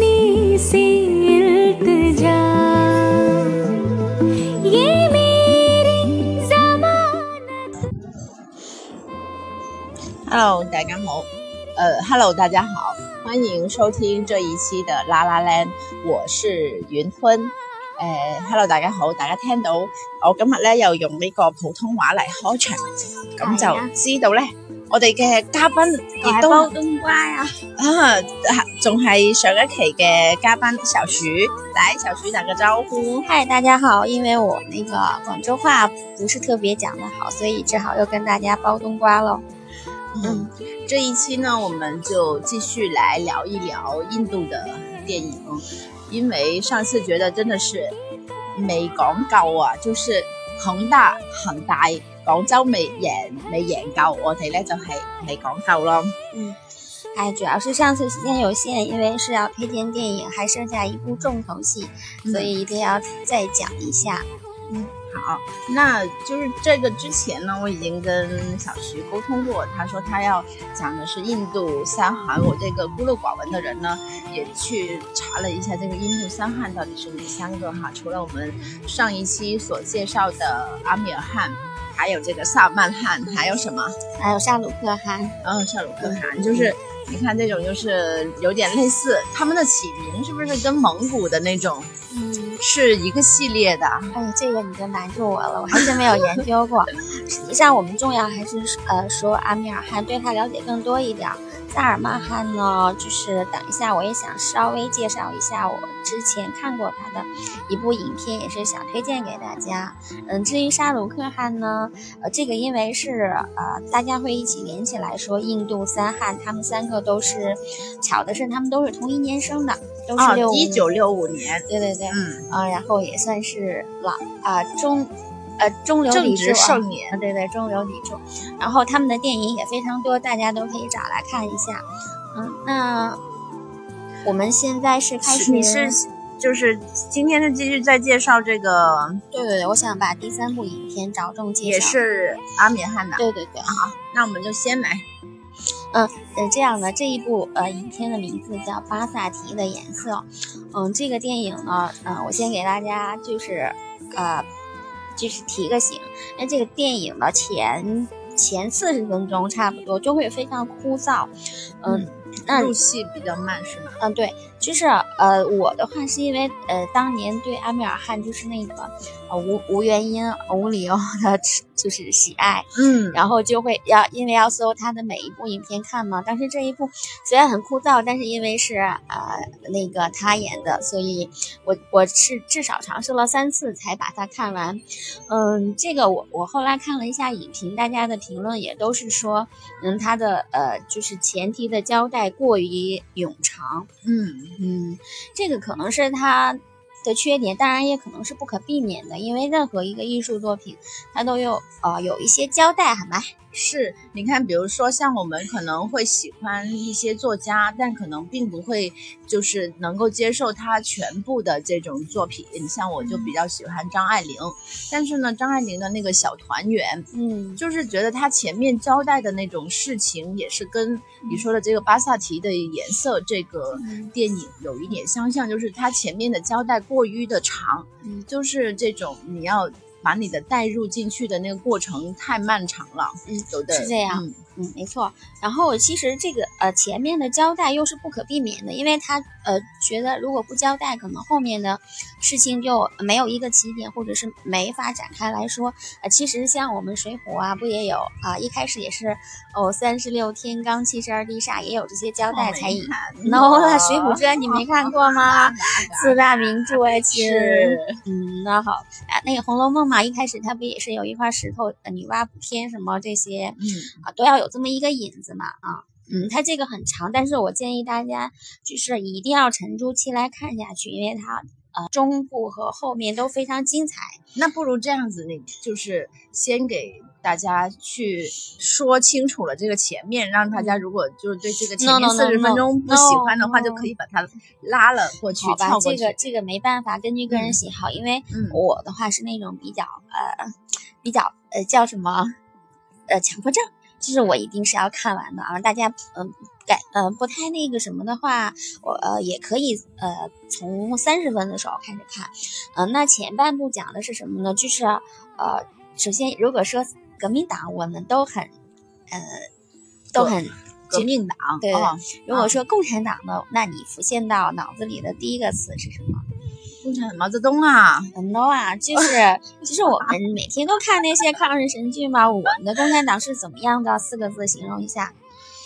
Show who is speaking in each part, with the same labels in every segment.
Speaker 1: सी इल्तजा ये मेरी जमानत
Speaker 2: Hello，大家好，呃，Hello，大家好，欢迎收听这一期的啦啦 land，我是云吞。誒、h e l l o 大家好，大家聽到我今日咧又用呢個普通話嚟開場，咁
Speaker 1: 係啊
Speaker 2: 就知道咧，我哋嘅嘉賓亦都
Speaker 1: Tôi đông qua à
Speaker 2: 啊，仲係上一期嘅嘉賓小鼠，來小鼠打個招呼。
Speaker 3: 嗨，大家好！因为我那个广州话不是特别讲的好，所以只好又跟大家包冬瓜喽。
Speaker 2: 嗯，这一期呢，我们就继续来聊一聊印度的电影，因为上次觉得真的是未講夠啊，就是恒大恒大廣州未贏未贏夠，我哋咧就係未講夠咯。
Speaker 3: 哎，主要是上次时间有限，因为是要推荐电影，还剩下一部重头戏，所以一定要再讲一下。
Speaker 2: 好，那就是这个之前呢，我已经跟小徐沟通过，他说他要讲的是印度三汗，我这个孤陋寡闻的人呢，也去查了一下这个印度三汗到底是哪三个哈，除了我们上一期所介绍的阿米尔汗，还有这个萨曼汗，还有什么？
Speaker 3: 还有沙鲁克汗，
Speaker 2: 嗯，夏鲁克汗就是。你看这种就是有点类似，他们的起名是不是跟蒙古的那种
Speaker 3: 嗯，
Speaker 2: 是一个系列的？
Speaker 3: 哎，这个你就难住我了，我还真没有研究过。实际上，我们重要还是呃说阿米尔汗，对他了解更多一点儿。萨尔曼汗呢，就是等一下我也想稍微介绍一下我之前看过他的一部影片，也是想推荐给大家。嗯，至于沙鲁克汗呢，呃，这个因为是呃大家会一起连起来说印度三汗，他们三个都是巧的是他们都是同一年生的，都
Speaker 2: 啊
Speaker 3: 是，六五
Speaker 2: 一
Speaker 3: 年、
Speaker 2: 九六五年，
Speaker 3: 对对对。
Speaker 2: 嗯，
Speaker 3: 啊，然后也算是老啊、中，呃中流
Speaker 2: 正
Speaker 3: 砥
Speaker 2: 值
Speaker 3: 柱啊，
Speaker 2: 盛年。
Speaker 3: 啊对对中流砥柱。然后他们的电影也非常多，大家都可以找来看一下。嗯，那我们现在是开始，
Speaker 2: 你是就是今天是继续在介绍这个，
Speaker 3: 对对对，我想把第三部影片着重介绍。
Speaker 2: 也是阿米汗的。
Speaker 3: 对对对，
Speaker 2: 那我们就先来，
Speaker 3: 呃，这样的这一部呃影片的名字叫《巴萨提的颜色》。嗯，这个电影呢，呃，我先给大家就是呃，就是提个醒，那这个电影的前前四十分钟差不多就会非常枯燥。嗯，那
Speaker 2: 入戏比较慢是吗？
Speaker 3: 嗯，对，就是呃，我的话是因为呃，当年对阿米尔汗就是那个呃无无原因无理由 的，就是喜爱，
Speaker 2: 嗯
Speaker 3: 然后就会要因为要搜他的每一部影片看嘛。但是这一部虽然很枯燥，但是因为是呃那个他演的，所以我我是至少尝试了三次才把它看完。嗯，这个我我后来看了一下影评，大家的评论也都是说，嗯，他的呃就是前提的交代过于冗长。
Speaker 2: 嗯
Speaker 3: 嗯，这个可能是它的缺点，当然也可能是不可避免的，因为任何一个艺术作品，它都有呃有一些交代，好吗？
Speaker 2: 是。你看，比如说像我们可能会喜欢一些作家，但可能并不会就是能够接受他全部的这种作品。像我
Speaker 3: 嗯
Speaker 2: 就比较喜欢张爱玲，但是呢，张爱玲的那个小团圆，
Speaker 3: 嗯，
Speaker 2: 就是觉得他前面交代的那种事情，也是跟你说的这个巴萨提的颜色这个
Speaker 3: 嗯
Speaker 2: 电影有一点相像，就是它前面的交代过于的长，
Speaker 3: 嗯
Speaker 2: 就是这种你要把你的带入进去的那个过程太漫长了，
Speaker 3: 嗯，
Speaker 2: 有的
Speaker 3: 是这样
Speaker 2: 嗯
Speaker 3: 嗯，没错。然后其实这个呃前面的交代又是不可避免的，因为他呃觉得如果不交代，可能后面的事情就没有一个起点，或者是没法展开来说。呃，其实像我们《水浒》啊，不也有啊、一开始也是哦三十六天罡七十二地煞也有这些
Speaker 2: 哦
Speaker 3: 交代
Speaker 2: 嗯
Speaker 3: 才引。no 哦了，《水浒传》你没看过 吗？四大名著哎，亲。
Speaker 2: 是，
Speaker 3: 嗯，那好啊，那个《红楼梦》嘛，一开始它不也是有一块石头，呃女娲补天什么这些，
Speaker 2: 嗯，
Speaker 3: 啊，都要有这么一个引子嘛啊。嗯，它这个很长，但是我建议大家就是一定要沉住气来看下去，因为它呃中部和后面都非常精彩。
Speaker 2: 那不如这样子，你就是先给大家去说清楚了这个前面，让大家如果就是对这个前
Speaker 3: 嗯 No,
Speaker 2: 面
Speaker 3: no, no,
Speaker 2: 四十分
Speaker 3: no,
Speaker 2: 钟不喜
Speaker 3: no,
Speaker 2: 欢的话，就
Speaker 3: no.
Speaker 2: 可以把它拉了过去，
Speaker 3: 好吧
Speaker 2: 跳，过
Speaker 3: 这
Speaker 2: 去。
Speaker 3: 个这个没办法，根据个人喜好，因为
Speaker 2: 嗯
Speaker 3: 我的话是那种比较呃比较呃叫什么呃强迫症，就是我一定是要看完的啊，大家嗯、改呃不太那个什么的话，我呃也可以呃从三十分的时候开始看。呃，那前半部讲的是什么呢？就是呃，首先如果说革命党，我们都很呃都
Speaker 2: 对
Speaker 3: 很
Speaker 2: 革命党，
Speaker 3: 对
Speaker 2: 哦，
Speaker 3: 如果说共产党呢，那你浮现到脑子里的第一个词是什么？
Speaker 2: 共产毛泽东啊，
Speaker 3: 很多啊，就是 就是我们每天都看那些抗日神剧嘛。我们的共产党是怎么样的？四个字形容一下。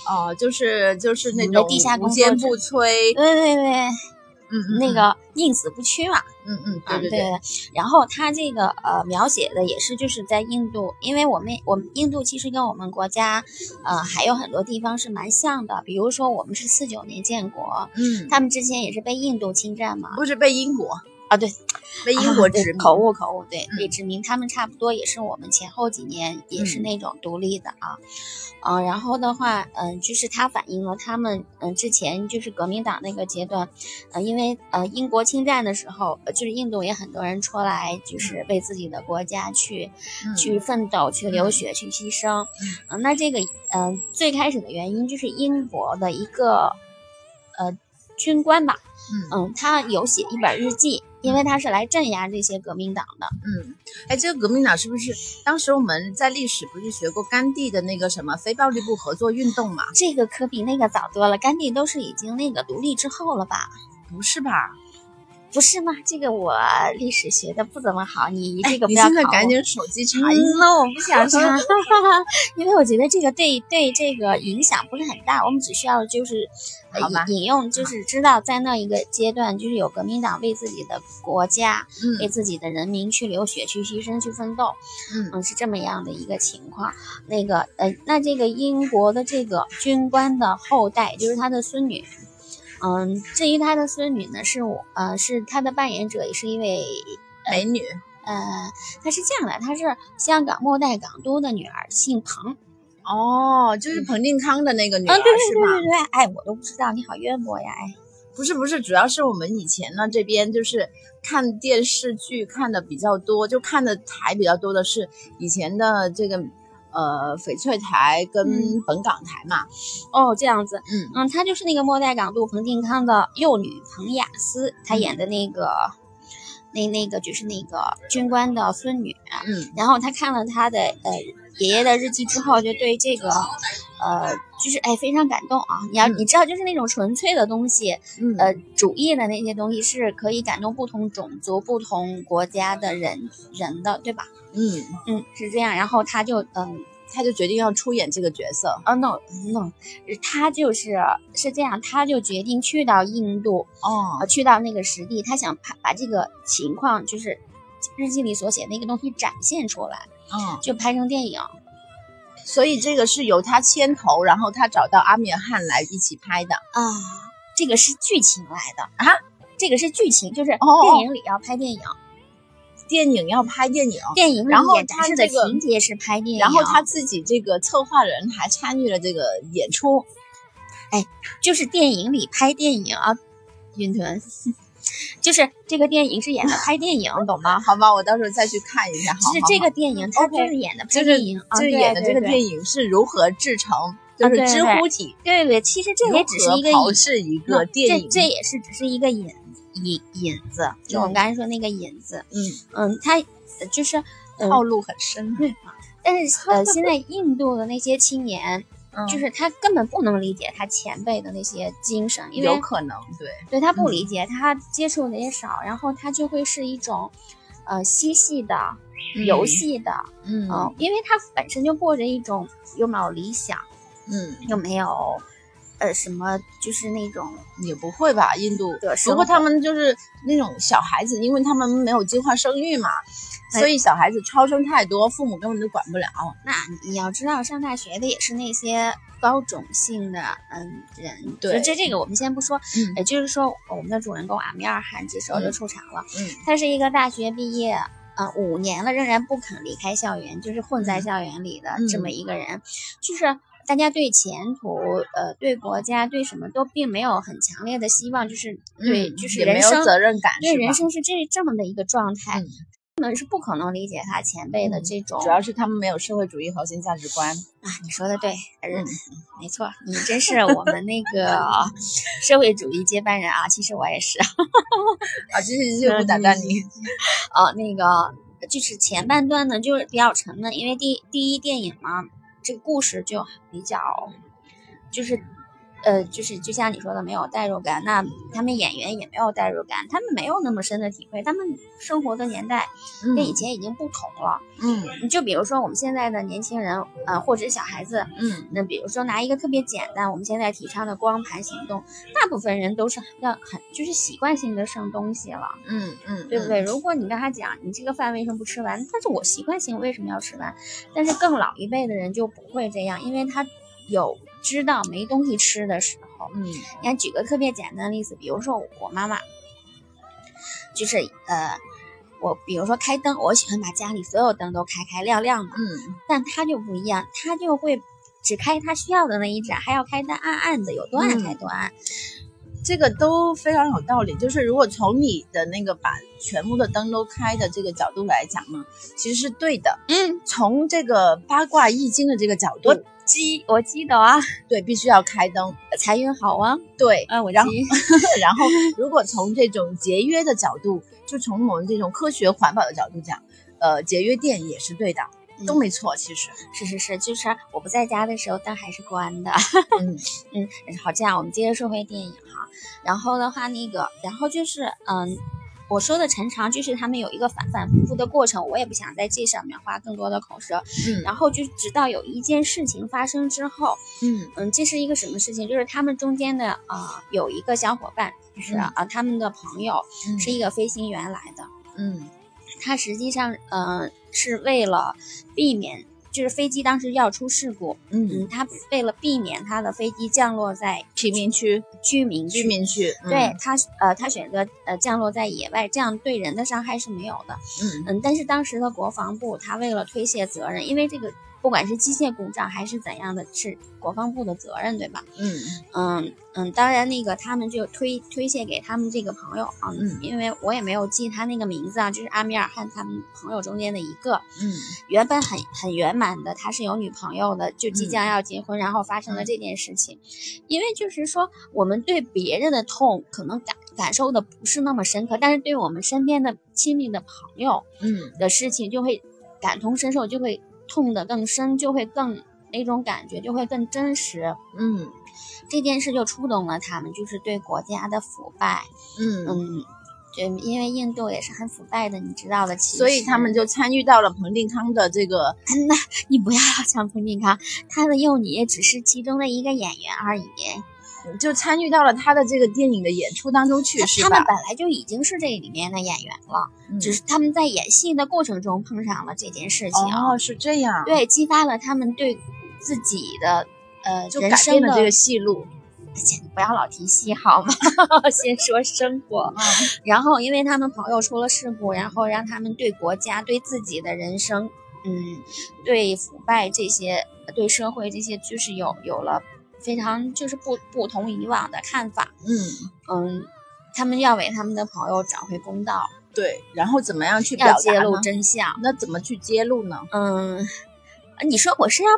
Speaker 2: 哦，就是就是那
Speaker 3: 你的
Speaker 2: 种
Speaker 3: 地下
Speaker 2: 无
Speaker 3: 工作
Speaker 2: 坚
Speaker 3: 者
Speaker 2: 不摧，
Speaker 3: 对对对，
Speaker 2: 嗯嗯，
Speaker 3: 那个宁死不屈嘛。
Speaker 2: 嗯，嗯
Speaker 3: 啊
Speaker 2: 嗯，对对对，
Speaker 3: 然后他这个呃描写的也是就是在印度，因为我们我们印度其实跟我们国家呃还有很多地方是蛮像的，比如说我们是四九年建国，
Speaker 2: 嗯，
Speaker 3: 他们之前也是被印度侵占嘛。
Speaker 2: 不是被英国
Speaker 3: 啊对，
Speaker 2: 被英
Speaker 3: 啊
Speaker 2: 国
Speaker 3: 对
Speaker 2: 殖民，
Speaker 3: 口误口误，对，
Speaker 2: 嗯
Speaker 3: 被殖民，他们差不多也是我们前后几年也是
Speaker 2: 嗯
Speaker 3: 那种独立的啊，嗯、然后的话，嗯、就是它反映了他们，嗯、之前就是革命党那个阶段，呃，因为呃英国侵占的时候，呃就是印度也很多人出来，就是为自己的国家去、
Speaker 2: 嗯
Speaker 3: 去奋斗、去流血、去牺牲，嗯、那这个嗯、呃最开始的原因就是英国的一个呃军官吧，
Speaker 2: 嗯
Speaker 3: 嗯，他有写一本日记，因为他是来镇压这些革命党的。
Speaker 2: 嗯，哎，这个革命党是不是当时我们在历史不是学过甘地的那个什么非暴力不合作运动嘛？
Speaker 3: 这个可比那个早多了，甘地都是已经那个独立之后了吧？
Speaker 2: 不是吧？
Speaker 3: 不是吗？这个我历史学的不怎么好，你这个
Speaker 2: 哎
Speaker 3: 不
Speaker 2: 你
Speaker 3: 要考
Speaker 2: 现
Speaker 3: 我。
Speaker 2: 在赶紧手机查一下。
Speaker 3: 嗯那我不想查， 因为我觉得这个对对这个影响不是很大，我们只需要就是呃
Speaker 2: 好吧
Speaker 3: 引引用，就是知道在那一个阶段，就是有革命党为自己的国家、为
Speaker 2: 嗯
Speaker 3: 自己的人民去流血、去牺牲、去奋斗。
Speaker 2: 嗯
Speaker 3: 嗯，是这么样的一个情况。那个，呃，那这个英国的这个军官的后代，就是他的孙女。嗯，至于他的孙女呢，是我，呃，是他的扮演者也是一位，
Speaker 2: 美女，
Speaker 3: 呃，她是这样的，她是香港末代港督的女儿，姓彭。
Speaker 2: 哦，就是彭定康的那个女儿、
Speaker 3: 嗯啊，对对
Speaker 2: 是
Speaker 3: 对对
Speaker 2: 吧？
Speaker 3: 对，哎，我都不知道，你好渊博呀，哎，
Speaker 2: 不是不是，主要是我们以前呢这边就是看电视剧看的比较多，就看的台比较多的是以前的这个呃翡翠台跟
Speaker 3: 嗯
Speaker 2: 本港台嘛。
Speaker 3: 哦，这样子，
Speaker 2: 嗯
Speaker 3: 嗯，她就是那个末代港督彭定康的幼女彭雅思，她演的那个，那那个就是那个军官的孙女。啊
Speaker 2: 嗯
Speaker 3: 然后他看了他的呃爷爷的日记之后，就对这个呃就是哎非常感动啊！你要
Speaker 2: 嗯
Speaker 3: 你知道，就是那种纯粹的东西，
Speaker 2: 嗯
Speaker 3: 呃主义的那些东西是可以感动不同种族、不同国家的人人的，对吧？
Speaker 2: 嗯，
Speaker 3: 嗯，是这样。然后他就嗯
Speaker 2: 他就决定要出演这个角色。
Speaker 3: 哦 no no，他就是是这样，他就决定去到印度，
Speaker 2: 哦
Speaker 3: 呃，去到那个实地，他想把把这个情况就是日记里所写那个东西展现出来，
Speaker 2: 嗯，
Speaker 3: 就拍成电影。
Speaker 2: 所以这个是由他牵头，然后他找到阿米尔汗来一起拍的。
Speaker 3: 啊，这个是剧情来的
Speaker 2: 啊，
Speaker 3: 这个是剧情，就是
Speaker 2: 哦
Speaker 3: 电影里要拍电影，
Speaker 2: 电影要拍电影，
Speaker 3: 电影里
Speaker 2: 然后
Speaker 3: 面展
Speaker 2: 他
Speaker 3: 示的
Speaker 2: 这个
Speaker 3: 情节是拍电影，
Speaker 2: 然后他自己这个策划人还参与了这个演出。
Speaker 3: 就是电影里拍电影啊，云屯， 就是这个电影是演的拍电影，懂吗？
Speaker 2: 好吧，我到时候再去看一下。 好
Speaker 3: 就是
Speaker 2: 好
Speaker 3: 这
Speaker 2: 好
Speaker 3: 个电影，他就是演的
Speaker 2: 就
Speaker 3: 拍
Speaker 2: 是
Speaker 3: 电影，啊
Speaker 2: 就是
Speaker 3: 对
Speaker 2: 演的
Speaker 3: 对
Speaker 2: 这个
Speaker 3: 对
Speaker 2: 电影是如何制成，就
Speaker 3: 啊
Speaker 2: 是
Speaker 3: 对
Speaker 2: 知
Speaker 3: 对
Speaker 2: 乎体
Speaker 3: 对对，其实这
Speaker 2: 如
Speaker 3: 也只是
Speaker 2: 何
Speaker 3: 一个
Speaker 2: 炮
Speaker 3: 引
Speaker 2: 制一
Speaker 3: 那
Speaker 2: 个电
Speaker 3: 这
Speaker 2: 影。
Speaker 3: 这也是只是一个引引引子，就我们
Speaker 2: 嗯
Speaker 3: 刚才说那个引子，
Speaker 2: 嗯，
Speaker 3: 嗯，他就是嗯
Speaker 2: 套路很深啊。
Speaker 3: 但是呃，现在印度的那些青年，
Speaker 2: 嗯
Speaker 3: 就是他根本不能理解他前辈的那些精神，因
Speaker 2: 有
Speaker 3: 为
Speaker 2: 可能对，
Speaker 3: 对他不
Speaker 2: 嗯
Speaker 3: 理解，他接触的也少，然后他就会是一种。呃，嬉戏的、游
Speaker 2: 嗯，
Speaker 3: 戏的，
Speaker 2: 嗯
Speaker 3: 嗯、因为他本身就过着一种又没有理想，
Speaker 2: 嗯，
Speaker 3: 又没有，呃，什么就是那种，
Speaker 2: 也不会吧？印度
Speaker 3: 的，
Speaker 2: 不
Speaker 3: 生
Speaker 2: 过他
Speaker 3: 活
Speaker 2: 们就是那种小孩子，因为他们没有计划生育嘛，
Speaker 3: 对
Speaker 2: 所以小孩子超生太多，父母根本就管不了。
Speaker 3: 那你要知道，上大学的也是那些高种姓的，嗯，人。
Speaker 2: 对
Speaker 3: 就这这个我们先不说，
Speaker 2: 嗯
Speaker 3: 也就是说，我们的主人公阿米尔汗这时候就
Speaker 2: 嗯
Speaker 3: 出场了。
Speaker 2: 嗯
Speaker 3: 他是一个大学毕业，呃，五年了，仍然不肯离开校园，就是混在校园里的这么
Speaker 2: 嗯
Speaker 3: 一个人，就是。大家对前途，呃，对国家，对什么都并没有很强烈的希望，就是对，
Speaker 2: 嗯
Speaker 3: 就是
Speaker 2: 也没
Speaker 3: 人
Speaker 2: 有
Speaker 3: 生，
Speaker 2: 责任感，
Speaker 3: 对
Speaker 2: 是吧
Speaker 3: 人生是这这么的一个状态。
Speaker 2: 嗯
Speaker 3: 们是不可能理解他前辈的这种
Speaker 2: 主要是他们没有社会主义核心价值观。
Speaker 3: 啊，你说的对，嗯，没错，你真是我们那个社会主义接班人啊！其实我也是，
Speaker 2: 啊，这是
Speaker 3: 嗯
Speaker 2: 就不打断你。
Speaker 3: 呃，那个就是前半段呢，就是比较沉闷，因为第第一电影嘛，这个故事就比较，就是，呃，就是就像你说的，没有代入感。那他们演员也没有代入感，他们没有那么深的体会，他们生活的年代跟以前已经不同了。
Speaker 2: 嗯
Speaker 3: 你就比如说我们现在的年轻人，呃，或者是小孩子，
Speaker 2: 嗯
Speaker 3: 那比如说拿一个特别简单，我们现在提倡的光盘行动，大部分人都是让很就是习惯性的剩东西了，
Speaker 2: 嗯嗯，
Speaker 3: 对不对？如果你跟他讲你这个饭为什么不吃完，但是我习惯性为什么要吃完？但是更老一辈的人就不会这样，因为他有知道没东西吃的时候。
Speaker 2: 嗯？嗯
Speaker 3: 你看，举个特别简单的例子，比如说我妈妈，就是呃，我比如说开灯，我喜欢把家里所有灯都开开亮亮的。
Speaker 2: 嗯
Speaker 3: 但他就不一样，他就会只开他需要的那一盏，还要开的暗暗的，有多暗开多暗。
Speaker 2: 这个都非常有道理。就是如果从你的那个把全部的灯都开的这个角度来讲呢，其实是对的。
Speaker 3: 嗯，
Speaker 2: 从这个八卦易经的这个角度
Speaker 3: 我，记我记得啊，
Speaker 2: 对，必须要开灯。
Speaker 3: 财运好啊。
Speaker 2: 对，
Speaker 3: 嗯，我
Speaker 2: 然后
Speaker 3: 记
Speaker 2: 然后，如果从这种节约的角度，就从我们这种科学环保的角度讲，呃，节约电也是对的，
Speaker 3: 嗯
Speaker 2: 都没错。其实，
Speaker 3: 是是是，就是我不在家的时候灯还是关的。
Speaker 2: 嗯
Speaker 3: 嗯，好，这样我们接着说回电影哈。然后的话，那个，然后就是，嗯，我说的陈长就是他们有一个反反复复的过程，我也不想在这上面花更多的口舌。
Speaker 2: 嗯
Speaker 3: 然后就直到有一件事情发生之后，
Speaker 2: 嗯
Speaker 3: 嗯，这是一个什么事情？就是他们中间的啊、呃有一个小伙伴，就是
Speaker 2: 嗯
Speaker 3: 啊、他们的朋友是一个飞行员来的，
Speaker 2: 嗯
Speaker 3: 他实际上呃是为了避免，就是飞机当时要出事故，
Speaker 2: 嗯，
Speaker 3: 嗯，他为了避免他的飞机降落在
Speaker 2: 贫民区
Speaker 3: 居民
Speaker 2: 居
Speaker 3: 区。
Speaker 2: 民区，嗯
Speaker 3: 对，他，呃，他选择呃降落在野外，这样对人的伤害是没有的。
Speaker 2: 嗯
Speaker 3: 嗯，但是当时的国防部，他为了推卸责任，因为这个不管是机械故障还是怎样的，是国防部的责任，对吧？
Speaker 2: 嗯
Speaker 3: 嗯嗯，当然那个他们就推推卸给他们这个朋友啊，
Speaker 2: 嗯
Speaker 3: 因为我也没有记他那个名字啊，就是阿米尔汗他们朋友中间的一个，
Speaker 2: 嗯
Speaker 3: 原本很很圆满的，他是有女朋友的，就即将要结婚，然后发生了这件事情，因为就是说我们对别人的痛可能感感受的不是那么深刻，但是对我们身边的亲密的朋友
Speaker 2: 嗯
Speaker 3: 的事情就会感同身受，就会痛得更深，就会更那种感觉就会更真实，
Speaker 2: 嗯
Speaker 3: 这件事就触动了他们，就是对国家的腐败，
Speaker 2: 嗯，
Speaker 3: 嗯，就因为印度也是很腐败的，你知道的。其实
Speaker 2: 所以他们就参与到了彭定康的这个，
Speaker 3: 你不要 像彭定康，他的幼女也只是其中的一个演员而已。
Speaker 2: 就参与到了他的这个电影的演出当中去，
Speaker 3: 他
Speaker 2: 是
Speaker 3: 他们
Speaker 2: 吧？
Speaker 3: 本来就已经是这里面的演员了，
Speaker 2: 嗯
Speaker 3: 只是他们在演戏的过程中碰上了这件事情，
Speaker 2: 哦，是这样，，
Speaker 3: 对，激发了他们对自己的呃
Speaker 2: 就
Speaker 3: 人
Speaker 2: 改
Speaker 3: 生
Speaker 2: 变了
Speaker 3: 的
Speaker 2: 这个戏路。
Speaker 3: 不要老提戏好吗？ 先说生活。
Speaker 2: 啊
Speaker 3: 然后，因为他们朋友出了事故，然后让他们对国家、对自己的人生，嗯，对腐败这些、对社会这些，就是有有了非常就是不不同以往的看法。
Speaker 2: 嗯，
Speaker 3: 嗯，他们要为他们的朋友找回公道，
Speaker 2: 对，然后怎么样去表
Speaker 3: 要
Speaker 2: 达
Speaker 3: 揭露
Speaker 2: 呢？
Speaker 3: 真相。
Speaker 2: 那怎么去揭露呢？
Speaker 3: 嗯，你说我是要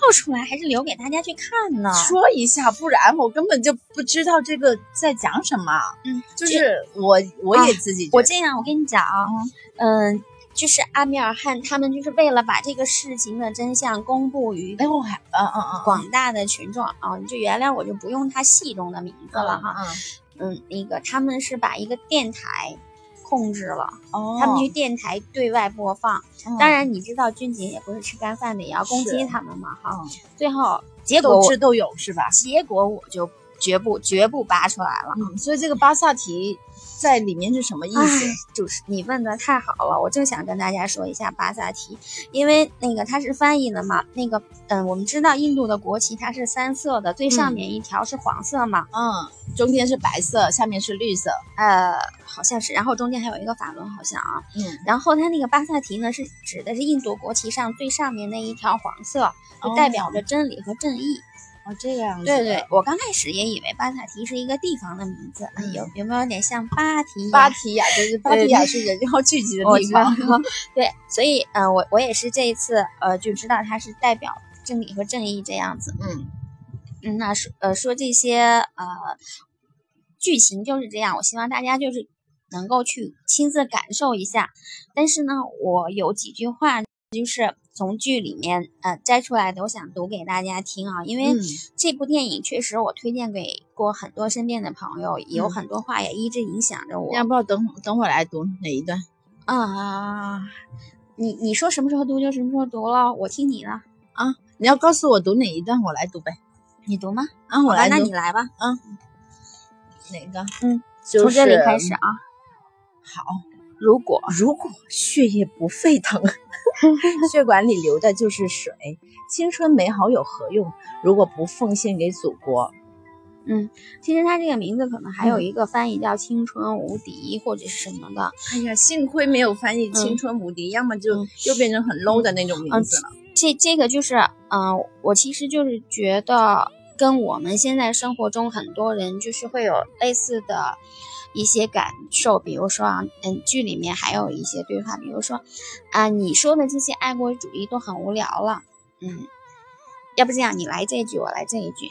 Speaker 3: 爆出来，还是留给大家去看呢？
Speaker 2: 说一下，不然我根本就不知道这个在讲什么。啊
Speaker 3: 嗯，啊
Speaker 2: 就是我我也自己觉得、
Speaker 3: 我这样，我跟你讲，
Speaker 2: 哦
Speaker 3: 嗯，就是阿米尔汗他们就是为了把这个事情的真相公布于
Speaker 2: 哎，我还嗯嗯嗯，
Speaker 3: 广大的群众啊，你就原谅我就不用他戏中的名字 了哈。
Speaker 2: 嗯，
Speaker 3: 嗯，那个他们是把一个电台控制了，
Speaker 2: 嗯哦，
Speaker 3: 他们去电台对外播放。
Speaker 2: 嗯
Speaker 3: 当然，你知道军警也不是吃干饭的，也要攻击
Speaker 2: 是
Speaker 3: 他们嘛哈。
Speaker 2: 嗯
Speaker 3: 最后结果
Speaker 2: 斗
Speaker 3: 我
Speaker 2: 智斗勇是吧？
Speaker 3: 结果我就绝不绝不拔出来了。
Speaker 2: 嗯，所以这个巴萨提在里面是什么意
Speaker 3: 哎
Speaker 2: 思？，
Speaker 3: 主持你问的太好了，我正想跟大家说一下巴萨提，因为那个它是翻译的嘛，那个嗯，我们知道印度的国旗它是三色的，最
Speaker 2: 嗯
Speaker 3: 上面一条是黄色嘛，
Speaker 2: 嗯，中间是白色，下面是绿色。
Speaker 3: 呃，好像是，然后中间还有一个法轮，好像啊，
Speaker 2: 嗯，
Speaker 3: 然后它那个巴萨提呢是指的是印度国旗上最上面那一条黄色，就代表着真理和正义。
Speaker 2: 哦，这样子。
Speaker 3: 哦对对，，我刚开始也以为巴塔提是一个地方的名字，哎
Speaker 2: 嗯
Speaker 3: 有有没有点像巴提雅
Speaker 2: 芭提雅就是芭提雅是人妖聚集的
Speaker 3: 我
Speaker 2: 地
Speaker 3: 知道
Speaker 2: 方。，
Speaker 3: 对，所以嗯、呃我我也是这一次呃就知道它是代表正理和正义这样子。
Speaker 2: 嗯
Speaker 3: 嗯，那说呃说这些呃剧情就是这样，我希望大家就是能够去亲自感受一下。但是呢，我有几句话就是从剧里面呃摘出来的，我想读给大家听啊，因为、
Speaker 2: 嗯
Speaker 3: 这部电影确实我推荐给过很多身边的朋友，有
Speaker 2: 嗯
Speaker 3: 很多话也一直影响着我。
Speaker 2: 要不要等等会儿来读哪一段？
Speaker 3: 啊，你你说什么时候读就什么时候读了，我听你的，
Speaker 2: 你要告诉我读哪一段，我来读呗。
Speaker 3: 你读吗？
Speaker 2: 啊，我
Speaker 3: 好吧，
Speaker 2: 来
Speaker 3: 那你
Speaker 2: 读
Speaker 3: 来吧，
Speaker 2: 哪个？
Speaker 3: 嗯，
Speaker 2: 就
Speaker 3: 从这里
Speaker 2: 是
Speaker 3: 开始啊。
Speaker 2: 好，
Speaker 3: 如果
Speaker 2: 如果血液不沸腾， 血管里流的就是水，青春美好有何用？如果不奉献给祖国，
Speaker 3: 其实它这个名字可能还有
Speaker 2: 嗯
Speaker 3: 一个翻译叫“青春无敌”或者是什么的，
Speaker 2: 哎呀，幸亏没有翻译“青
Speaker 3: 青
Speaker 2: 春无敌”，要么就
Speaker 3: 嗯
Speaker 2: 又变成很 low 的那种名字
Speaker 3: 字
Speaker 2: 了。
Speaker 3: 这这个就是，嗯、我其实就是觉得跟我们现在生活中很多人就是会有类似的一些感受，比如说啊，嗯，剧里面还有一些对话，比如说，啊、你说的这些爱国主义都很无聊了，嗯，要不这样，你来这一句，我来这一句，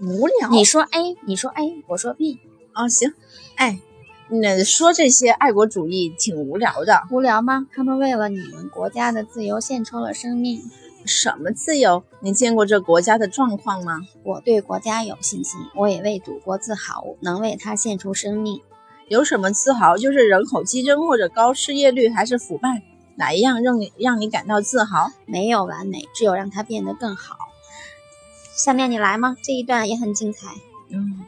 Speaker 2: 无聊
Speaker 3: 你说 A，你说 A，我说 B，
Speaker 2: 啊、行，哎，你说这些爱国主义挺无聊的，
Speaker 3: 无聊吗？他们为了你们国家的自由献出了生命，
Speaker 2: 什么自由？你见过这国家的状况吗？
Speaker 3: 我对国家有信心，我也为祖国自豪，能为它献出生命。
Speaker 2: 有什么自豪？就是人口激增或者高失业率，还是腐败，哪一样让你让你感到自豪？
Speaker 3: 没有完美，只有让它变得更好。下面你来吗？这一段也很精彩。
Speaker 2: 嗯，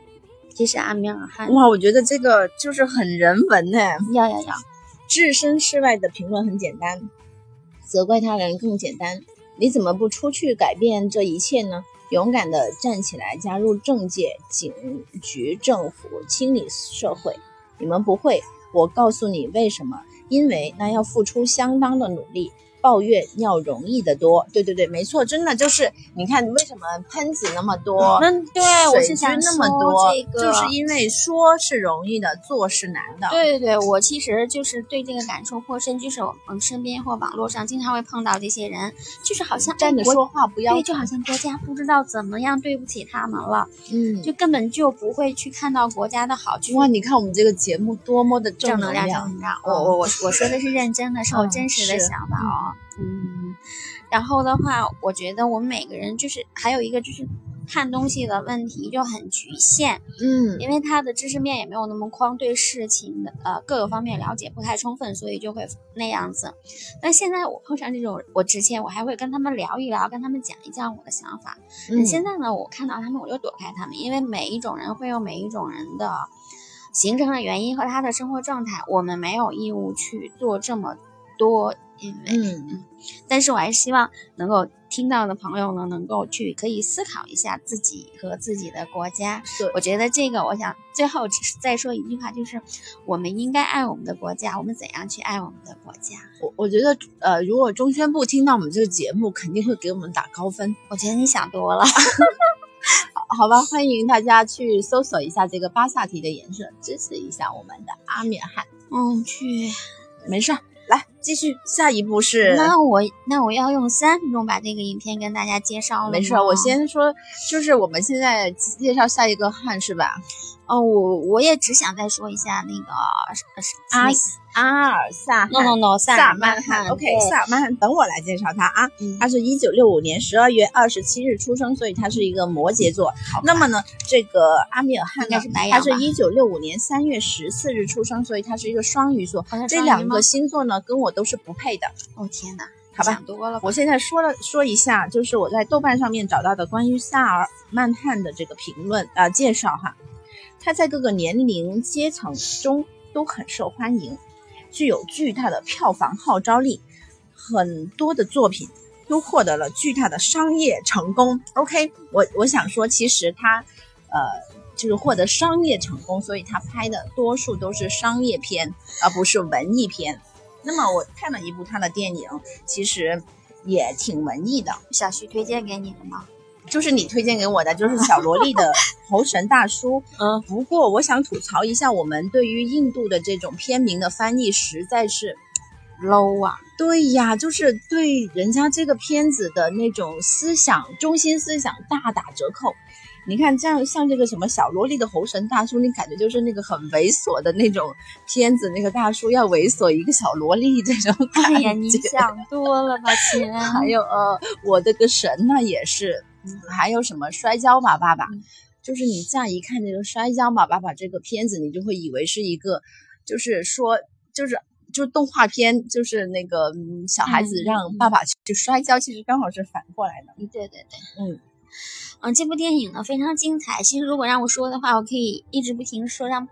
Speaker 3: 这是阿米尔汗。
Speaker 2: 哇，我觉得这个就是很人文呢。
Speaker 3: 要要要！
Speaker 2: 置身事外的评论很简单，责怪他人更简单。你怎么不出去改变这一切呢？勇敢的站起来，加入政界、警局、政府，清理社会。你们不会，我告诉你为什么？因为那要付出相当的努力，抱怨要容易得多。对对对，没错，真的就是你看为什么喷子那么多，
Speaker 3: 嗯那对，我
Speaker 2: 水
Speaker 3: 是
Speaker 2: 军
Speaker 3: 想
Speaker 2: 那么
Speaker 3: 说
Speaker 2: 多，
Speaker 3: 这个，
Speaker 2: 就是因为说是容易的，做是难的。
Speaker 3: 对对对，我其实就是对这个感受颇深，就是我们身边或网络上经常会碰到这些人，就是好像
Speaker 2: 站着
Speaker 3: 哎国
Speaker 2: 说话不腰
Speaker 3: 对，就好像国家不知道怎么样对不起他们了，
Speaker 2: 嗯，
Speaker 3: 就根本就不会去看到国家的好，就是
Speaker 2: 哇，你看我们这个节目多么的
Speaker 3: 正
Speaker 2: 能
Speaker 3: 能量，正能量。我我我我说的是认真的，是我
Speaker 2: 嗯
Speaker 3: 真实的
Speaker 2: 是
Speaker 3: 想法哦。嗯，然后的话，我觉得我们每个人就是还有一个就是看东西的问题就很局限，
Speaker 2: 嗯
Speaker 3: 因为他的知识面也没有那么宽，对事情的呃各个方面了解不太充分，所以就会那样子。但现在我碰上这种我之前我还会跟他们聊一聊，跟他们讲一讲我的想法。
Speaker 2: 嗯，
Speaker 3: 现在呢，我看到他们我就躲开他们，因为每一种人会有每一种人的形成的原因和他的生活状态，我们没有义务去做这么多，因为，
Speaker 2: 嗯
Speaker 3: 但是我还是希望能够听到的朋友呢，能够去可以思考一下自己和自己的国家。
Speaker 2: 对
Speaker 3: 我觉得这个，我想最后只是再说一句话，就是我们应该爱我们的国家，我们怎样去爱我们的国家？
Speaker 2: 我我觉得呃，如果中宣部听到我们这个节目，肯定会给我们打高分，
Speaker 3: 我觉得你想多了。
Speaker 2: 好吧？欢迎大家去搜索一下这个巴萨提的颜色，支持一下我们的阿米尔汗。
Speaker 3: 嗯，去。
Speaker 2: 没事儿，来继续，下一步是。
Speaker 3: 那我那我要用三分钟把这个影片跟大家介绍了。
Speaker 2: 没事儿，我。先说，就是我们现在介绍下一个汉是吧？
Speaker 3: 哦，我我也只想再说一下那个
Speaker 2: 阿
Speaker 3: 阿
Speaker 2: 阿尔萨汗
Speaker 3: no no no 萨
Speaker 2: 啊萨
Speaker 3: 尔曼
Speaker 2: 汗
Speaker 3: 汗。
Speaker 2: ，OK，
Speaker 3: 对
Speaker 2: 萨尔曼汗，等我来介绍他啊。
Speaker 3: 嗯
Speaker 2: 他是一九六五年十二月二十七日出生，所以他是一个摩羯座。那么呢，这个阿米尔汗
Speaker 3: 应
Speaker 2: 呢
Speaker 3: 该是，白
Speaker 2: 他
Speaker 3: 羊
Speaker 2: 是
Speaker 3: 吧？
Speaker 2: 一九六五年三月十四日出生，所以他是一个双鱼座。
Speaker 3: 好像
Speaker 2: 这
Speaker 3: 双鱼
Speaker 2: 两个
Speaker 3: 吗
Speaker 2: 星座呢，跟我都是不配的，
Speaker 3: 哦天哪，
Speaker 2: 好吧？
Speaker 3: 想多了吧。
Speaker 2: 我现在说了说一下，就是我在豆瓣上面找到的关于萨尔曼汗的这个评论啊、呃介绍哈，他在各个年龄阶层中都很受欢迎，具有巨大的票房号召力，很多的作品都获得了巨大的商业成功。OK，我我想说，其实他呃。就是获得商业成功，所以他拍的多数都是商业片，而不是文艺片。那么我看了一部他的电影，其实也挺文艺的，
Speaker 3: 小徐推荐给你的吗？
Speaker 2: 就是你推荐给我的，就是小萝莉的猴神大叔。
Speaker 3: 嗯，
Speaker 2: 不过我想吐槽一下，我们对于印度的这种片名的翻译实在是，
Speaker 3: low 啊，
Speaker 2: 对呀，就是对人家这个片子的那种思想中心思想大打折扣。你看，这样像这个什么小萝莉的猴神大叔，你感觉就是那个很猥琐的那种片子，那个大叔要猥琐一个小萝莉这种感觉。
Speaker 3: 哎呀，你 想多了吧，亲。
Speaker 2: 还有呃，我的个神呐，也是，嗯还有什么摔跤吧爸爸，
Speaker 3: 嗯
Speaker 2: 就是你这样一看这个摔跤吧爸爸这个片子，你就会以为是一个，就是说就是。就是动画片，就是那个嗯小孩子
Speaker 3: 嗯
Speaker 2: 让爸爸去摔跤，其实刚好是反过来的。
Speaker 3: 对对对，
Speaker 2: 嗯
Speaker 3: 嗯，这部电影呢非常精彩。其实如果让我说的话，我可以一直不停说上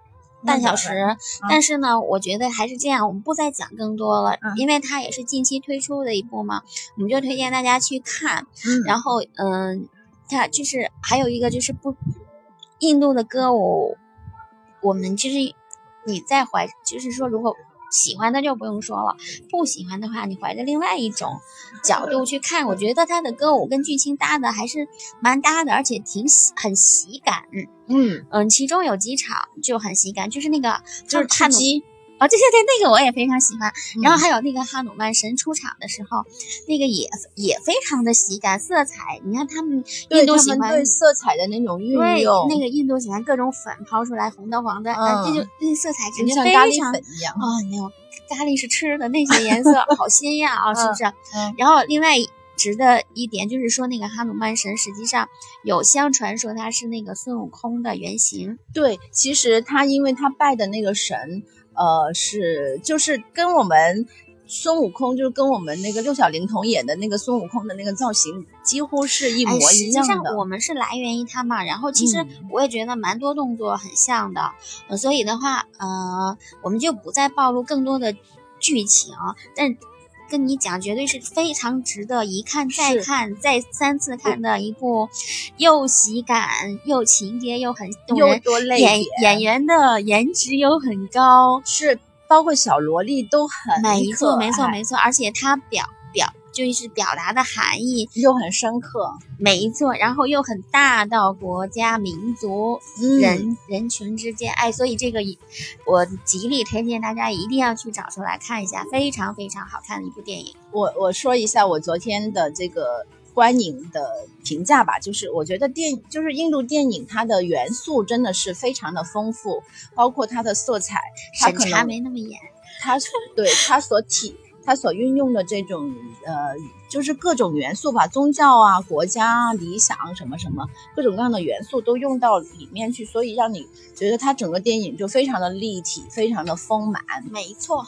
Speaker 3: 半小时，但是呢，我觉得还是这样，我们不再讲更多了，
Speaker 2: 嗯
Speaker 3: 因为它也是近期推出的一部嘛，我们就推荐大家去看。
Speaker 2: 嗯，
Speaker 3: 然后，嗯，它就是还有一个就是不，印度的歌我我们就是你在怀，就是说如果喜欢的就不用说了，不喜欢的话你怀着另外一种角度去看，我觉得它的歌舞跟剧情搭的还是蛮搭的，而且挺喜很喜感。
Speaker 2: 嗯，
Speaker 3: 嗯，其中有几场就很喜感，就是那个
Speaker 2: 就是
Speaker 3: 哈
Speaker 2: 吃
Speaker 3: 努
Speaker 2: 鸡，
Speaker 3: 啊、对对对，那个我也非常喜欢。然
Speaker 2: 嗯
Speaker 3: 后还有那个哈努曼神出场的时候，那个也也非常的喜感，色彩，你看他们
Speaker 2: 对
Speaker 3: 印度
Speaker 2: 他
Speaker 3: 喜
Speaker 2: 们
Speaker 3: 欢
Speaker 2: 对色彩的那种运
Speaker 3: 对
Speaker 2: 用，
Speaker 3: 那个印度喜欢各种粉抛出来，红的黄的，啊，这
Speaker 2: 嗯
Speaker 3: 就那色彩
Speaker 2: 就
Speaker 3: 感觉
Speaker 2: 像咖
Speaker 3: 非
Speaker 2: 喱
Speaker 3: 常
Speaker 2: 粉一样。
Speaker 3: 啊、那种咖喱是吃的那些 颜色好鲜艳啊，是不是？
Speaker 2: 嗯
Speaker 3: 然后另外值得一点就是说，那个哈努曼神实际上有相传说他是那个孙悟空的原型，
Speaker 2: 对，其实他因为他拜的那个神，呃，是就是跟我们孙悟空，就是跟我们那个六小龄童演的那个孙悟空的那个造型几乎是一
Speaker 3: 哎，
Speaker 2: 模
Speaker 3: 实
Speaker 2: 一
Speaker 3: 际
Speaker 2: 样
Speaker 3: 上
Speaker 2: 的。
Speaker 3: 我们是来源于他嘛，然后其实
Speaker 2: 嗯
Speaker 3: 我也觉得蛮多动作很像的，呃所以的话，呃，我们就不再暴露更多的剧情，但跟你讲，绝对是非常值得一看再
Speaker 2: 是
Speaker 3: 看再三次看的一部，又喜感又情节又很动
Speaker 2: 又
Speaker 3: 人，
Speaker 2: 多类
Speaker 3: 演
Speaker 2: 别
Speaker 3: 演员的颜值又很高，
Speaker 2: 是包括小萝莉都很哎
Speaker 3: 没错
Speaker 2: 可
Speaker 3: 没错
Speaker 2: 爱
Speaker 3: 没错，而且他表表就是表达的含义
Speaker 2: 又很深刻。
Speaker 3: 没错，然后又很大到国家、民族、
Speaker 2: 嗯
Speaker 3: 人人群之间，哎，所以这个一我极力推荐大家一定要去找出来看一下，非常非常好看的一部电影。
Speaker 2: 我我说一下我昨天的这个观影的评价吧，就是我觉得电就是印度电影它的元素真的是非常的丰富，包括它的色彩，它
Speaker 3: 审
Speaker 2: 可
Speaker 3: 查
Speaker 2: 能
Speaker 3: 没那么严，
Speaker 2: 它所对它所体它所运用的这种呃，就是各种元素吧，宗教啊、国家啊、理想啊什么什么，各种各样的元素都用到里面去，所以让你觉得它整个电影就非常的立体，非常的丰满。
Speaker 3: 没错，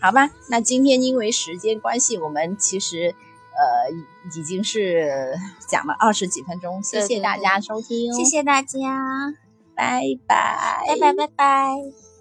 Speaker 2: 好吧，那今天因为时间关系，我们其实呃已已经是讲了二十几分钟，谢
Speaker 3: 对
Speaker 2: 谢
Speaker 3: 对
Speaker 2: 大
Speaker 3: 对
Speaker 2: 家收听，
Speaker 3: 谢，谢大家，
Speaker 2: 拜拜，
Speaker 3: 拜拜拜拜。